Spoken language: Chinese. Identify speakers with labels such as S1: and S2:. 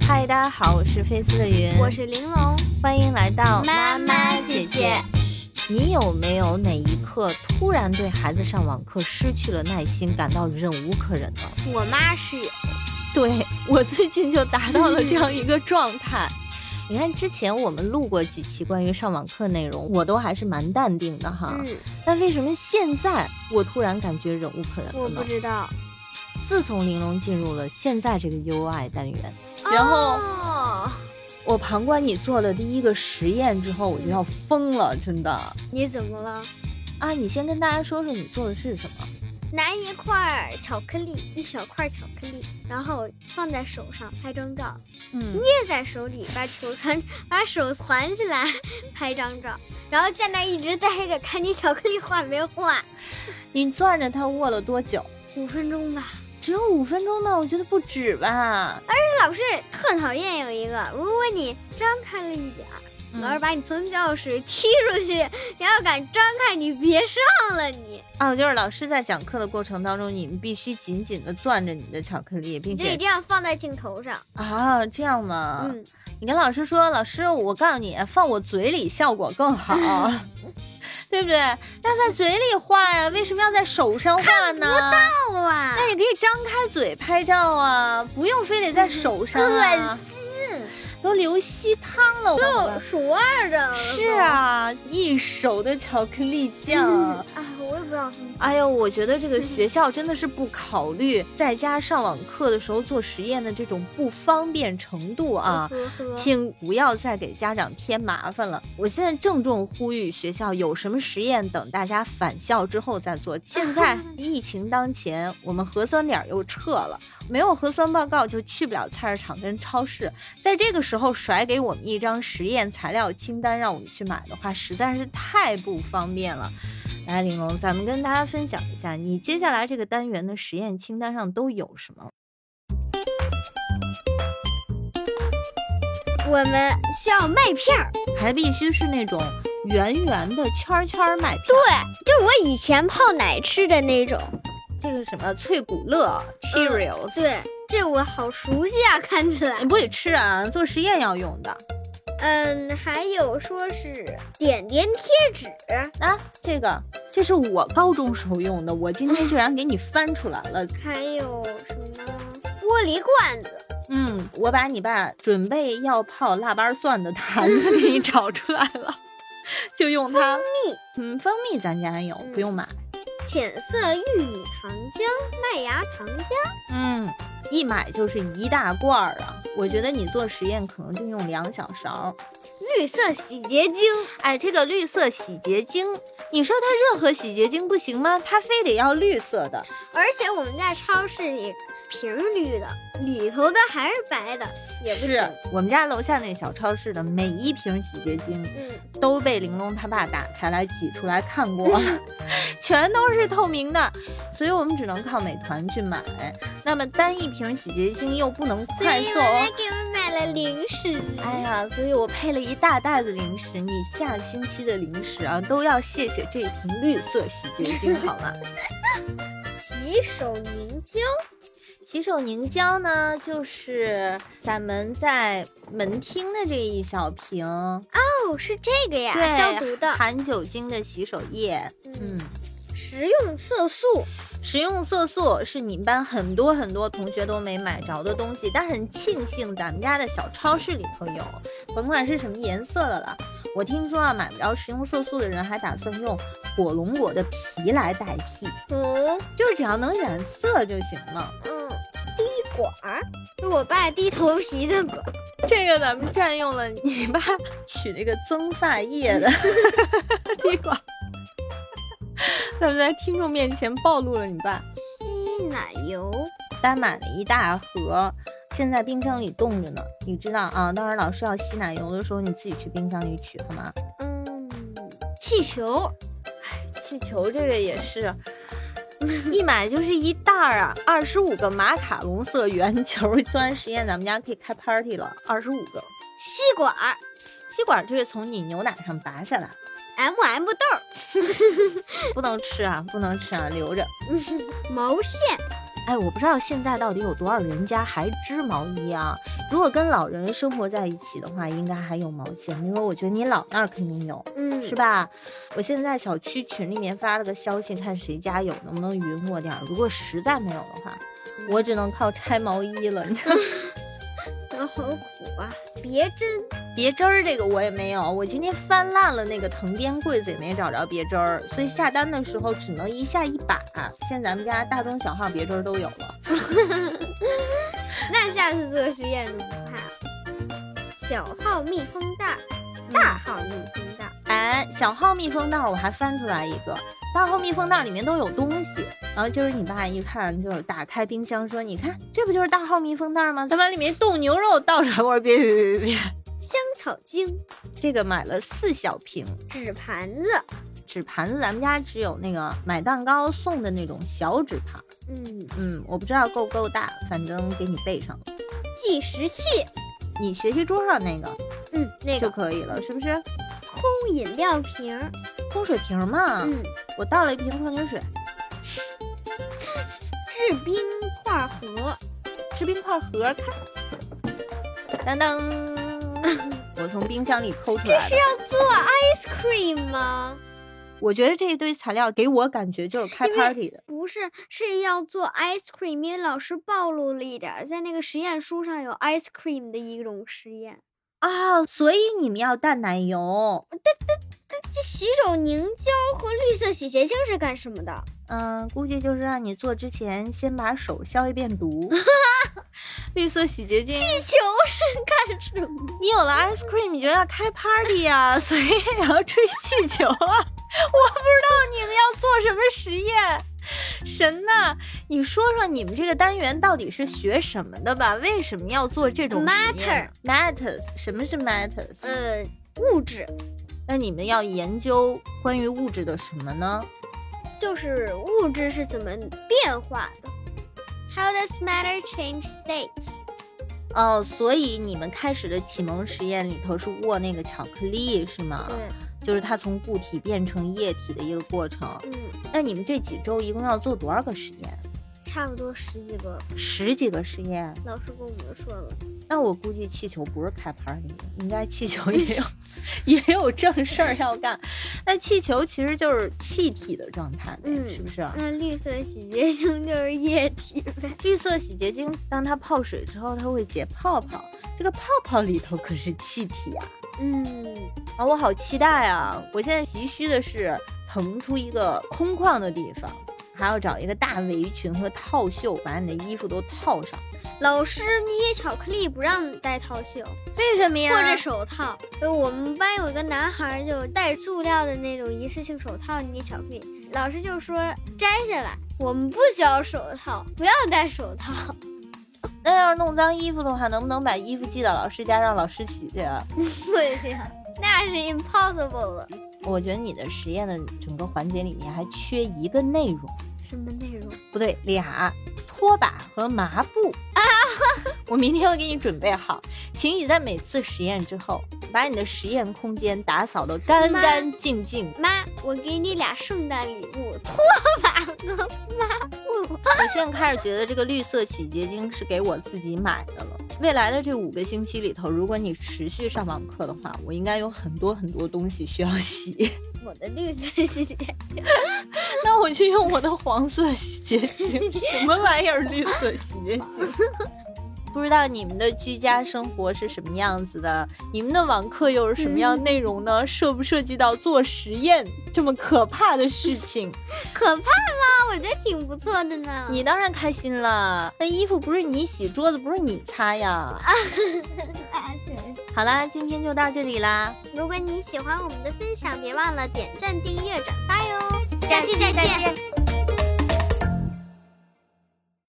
S1: 嗨，大家好，我是菲斯的云，
S2: 我是玲珑，
S1: 欢迎来到
S2: 妈妈姐姐。
S1: 你有没有哪一刻突然对孩子上网课失去了耐心，感到忍无可忍呢？
S2: 我妈是有，
S1: 对我最近就达到了这样一个状态。 你看，之前我们录过几期关于上网课内容，我都还是蛮淡定的哈。
S2: 嗯，
S1: 但为什么现在我突然感觉忍无可忍
S2: 我
S1: 了
S2: 不
S1: 呢？
S2: 知道。
S1: 自从玲珑进入了现在这个 UI 单元，然后
S2: 哦、
S1: 我旁观你做了第一个实验之后，我就要疯了，真的
S2: 你怎么了？
S1: 啊！你先跟大家说说你做的是什么？
S2: 拿一块巧克力，一小块巧克力，然后放在手上拍张照，
S1: 嗯，
S2: 捏在手里，把球攒，把手攒起来拍张照，然后在那一直呆着，看你巧克力化没化，
S1: 你攥着它握了多久？
S2: 五分钟吧。
S1: 只有五分钟吗？我觉得不止吧。
S2: 老师特讨厌有一个，如果你张开了一点儿，
S1: 嗯
S2: 老师把你从教室踢出去。你要敢张开，你别上了你。
S1: 哦，就是老师在讲课的过程当中，你们必须紧紧的攥着你的巧克力，并
S2: 你得
S1: 且
S2: 这样放在镜头上。
S1: 啊，这样吗？
S2: 嗯，
S1: 你跟老师说，老师，我告诉你，放我嘴里效果更好，对不对？让在嘴里画呀，为什么要在手上画呢？
S2: 好啊
S1: 那，你可以张开嘴拍照啊，不用非得在手上
S2: 恶
S1: 啊，
S2: 心，
S1: 都流稀汤了。我们
S2: 啊数二的。
S1: 是，啊，一手的巧克力酱
S2: 嗯。，哎，我也不知道什么。
S1: 哎呦，，我觉得这个学校真的是不考虑在家上网课的时候做实验的这种不方便程度啊。
S2: 呵呵，
S1: 请不要再给家长添麻烦了。我现在郑重呼吁学校，有什么实验等大家返校之后再做。现在疫情当前，我们核酸点儿又撤了，没有核酸报告就去不了菜市场跟超市。在这个时候甩给我们一张实验材料清单让我们去买的话，实在是太不方便了。来，玲珑，咱们跟大家分享一下，你接下来这个单元的实验清单上都有什么？
S2: 我们需要麦片儿。
S1: 还必须是那种圆圆的圈儿圈儿麦片。
S2: 对，就我以前泡奶吃的那种。
S1: 这个什么脆骨乐啊 Cheerios，、
S2: 嗯对，这我好熟悉啊，看起来
S1: 你。不许吃啊，做实验要用的
S2: 嗯，还有说是点点贴纸。
S1: 啊。这个，这是我高中时候用的，我今天居然给你翻出来 了。
S2: 还有什么玻璃罐子？
S1: 嗯，我把你爸准备要泡腊八蒜的坛子给你找出来了，就用它。
S2: 蜜、嗯
S1: 嗯，蜂蜜咱家有，不用买。
S2: 浅色玉米糖浆、麦芽糖浆。
S1: 嗯，一买就是一大罐儿啊。我觉得你做实验可能就用两小勺儿。
S2: 绿色洗洁精，
S1: 哎，这个绿色洗洁精，你说它任何洗洁精不行吗？它非得要绿色的。
S2: 而且我们在超市里瓶儿绿的，里头的还是白的，也不
S1: 是
S2: 行。
S1: 我们家楼下那小超市的每一瓶洗洁精
S2: 嗯，
S1: 都被玲珑他爸打开来挤出来看 过，全都是透明的，所以我们只能靠美团去买。那么单一瓶洗洁精又不能
S2: 所
S1: 快
S2: 以我
S1: 送。
S2: 还给我买了零食。
S1: 哎呀，所以我配了一大袋子零食，你下星期的零食啊，都要谢谢这瓶绿色洗洁精，好吗？
S2: 洗手凝胶，
S1: 洗手凝胶呢，就是咱们在门厅的这一小瓶，
S2: 哦，是这个呀，
S1: 对
S2: 消毒的。嗯
S1: 含酒精的洗手液。嗯，，
S2: 食用色素，
S1: 食用色素是你们班很多很多同学都没买着的东西，但很庆幸咱们家的小超市里头有，甭管是什么颜色的了。我听说啊，买不着食用色素的人还打算用火龙果的皮来代替，
S2: 哦，
S1: 就是只要能染色就行了。
S2: 嗯，滴管儿，是我爸低头皮的管儿。
S1: 这个咱们占用了你爸取那个增发液 的地方，咱们在听众面前暴露了你爸。
S2: 吸奶油，
S1: 单买了一大盒，现在冰箱里冻着呢。你知道啊，到时候老师要吸奶油的时候，你自己去冰箱里取好吗？
S2: 嗯，气球，
S1: 气球这个也 是。一买就是一袋儿啊，二十五个马卡龙色圆球。做完实验，咱们家可以开 party 了，二十五个。
S2: 吸管儿
S1: 吸管这是从你牛奶上拔下来，
S2: ，M M 豆儿，
S1: 不能吃啊，不能吃啊，留着。
S2: 毛线，
S1: 哎，我不知道现在到底有多少人家还织毛衣啊？如果跟老人生活在一起的话，应该还有毛线，因为我觉得你姥那儿肯定有，
S2: 嗯，
S1: 是吧？我现在小区群里面发了个消息，看谁家有，能不能匀我点儿。如果实在没有的话，我只能靠拆毛衣了。 你知道吗
S2: 嗯好苦啊！别针，
S1: 别针儿这个我也没有，我今天翻烂了那个藤编柜子也没找着别针儿，所以下单的时候只能一下一把。现在咱们家大中小号别针儿都有了。
S2: 那下次做实验就不怕了。小号密封袋儿，大号密封袋儿，
S1: 哎，小号密封袋儿我还翻出来一个，大号密封袋儿里面都有东西。然后今儿你爸一看，就是打开冰箱说：“你看，这不就是大号密封袋儿吗？”他把里面冻牛肉倒出来，我说：“别别别别 别，
S2: 香草精，
S1: 这个买了四小瓶。”
S2: 纸盘子，
S1: 纸盘子，咱们家只有那个买蛋糕送的那种小纸盘儿，
S2: 嗯，
S1: 嗯，我不知道够不够大，反正给你备上了。
S2: 计时器，
S1: 你学习桌上那个
S2: 嗯，那
S1: 就
S2: 个
S1: 可以了，是不是？
S2: 空饮料瓶儿，
S1: 空水瓶嘛，
S2: 嗯，
S1: 我倒了一瓶矿泉水，
S2: 制冰块盒，
S1: 吃冰块盒儿看，当当， 我从冰箱里抠出来的。
S2: 要做 ice cream 吗？
S1: 我觉得这一堆材料给我感觉就是开
S2: 因为
S1: party 的。
S2: 不是，是要做 ice cream，因为老师暴露了一点儿，在那个实验书上有 ice cream 的一种实验，
S1: 啊，所以你们要淡奶油，
S2: 这洗手凝胶和绿色洗洁精是干什么的？
S1: 嗯，估计就是让你做之前先把手消一遍毒。 绿色洗洁精，
S2: 地球是干什么的？
S1: 你有了 ice cream，你就要开 party 啊， 所以你要吹气球啊。我不知 道你们要做什么实验，神呐，你说说你们这个单元到底是学什么的吧？为什么要做这种实验呢 matters 什么是 matters？、
S2: 呃，物质
S1: 那你们要研究关于物质的什么呢？
S2: 就是物质是怎么变化的？How does matter change states？
S1: 哦，所以你们开始的启蒙实验里头是握那个巧克力是吗？
S2: 对，
S1: 就是它从固体变成液体的一个过程。
S2: 嗯，
S1: 那你们这几周一共要做多少个实验？
S2: 差不多十几个。
S1: 十几个实验？
S2: 老师跟我们说了，
S1: 那我估计气球不是开 party，应该气球
S2: 嗯
S1: 也有也有正事儿要干。那气球其实就是气体的状态呗，
S2: 嗯
S1: 是不是？
S2: 那绿色洗洁精就是液体呗。
S1: 绿色洗洁精当它泡水之后，它会结泡泡，这个泡泡里头可是气体啊！
S2: 嗯，
S1: 啊，我好期待啊！我现在急需的是腾出一个空旷的地方，还要找一个大围裙和套袖，把你的衣服都套上。
S2: 老师捏巧克力不让戴套袖
S1: 为什么呀？
S2: 或者手套。呃我们班有一个男孩就戴塑料的那种一次性手套捏巧克力，老师就说摘下来，我们不需要手套，不要戴手套。
S1: 那要是弄脏衣服的话，能不能把衣服寄到老师家让老师洗去啊？
S2: 不行，那是 impossible 了。
S1: 我觉得你的实验的整个环节里面还缺一个内容，
S2: 什么内容？
S1: 不对，俩拖把和麻布。 我明天会给你准备好，请你在每次实验之后，把你的实验空间打扫得干
S2: 妈
S1: 干净净。
S2: 妈，我给你俩圣诞礼物，拖把和抹布。
S1: 我现在开始觉得这个绿色洗洁精是给我自己买的了。未来的这五个星期里头，如果你持续上网课的话，我应该有很多很多东西需要洗。
S2: 我的绿色洗洁精，
S1: 那我就用我的黄色洗洁精，什么玩意儿绿色洗洁精？ 不知道你们的居家生活是什么样子的，你们的网课又是什么样
S2: 嗯
S1: 内容呢？涉不涉及到做实验这么可怕的事情？
S2: 可怕吗？我觉得挺不错的呢。
S1: 你当然开心了，那衣服不是你洗，桌子不是你擦呀。
S2: 啊对
S1: 好啦，今天就到这里啦，
S2: 如果你喜欢我们的分享，别忘了点赞、订阅、转发哟。下期再见。
S1: 见。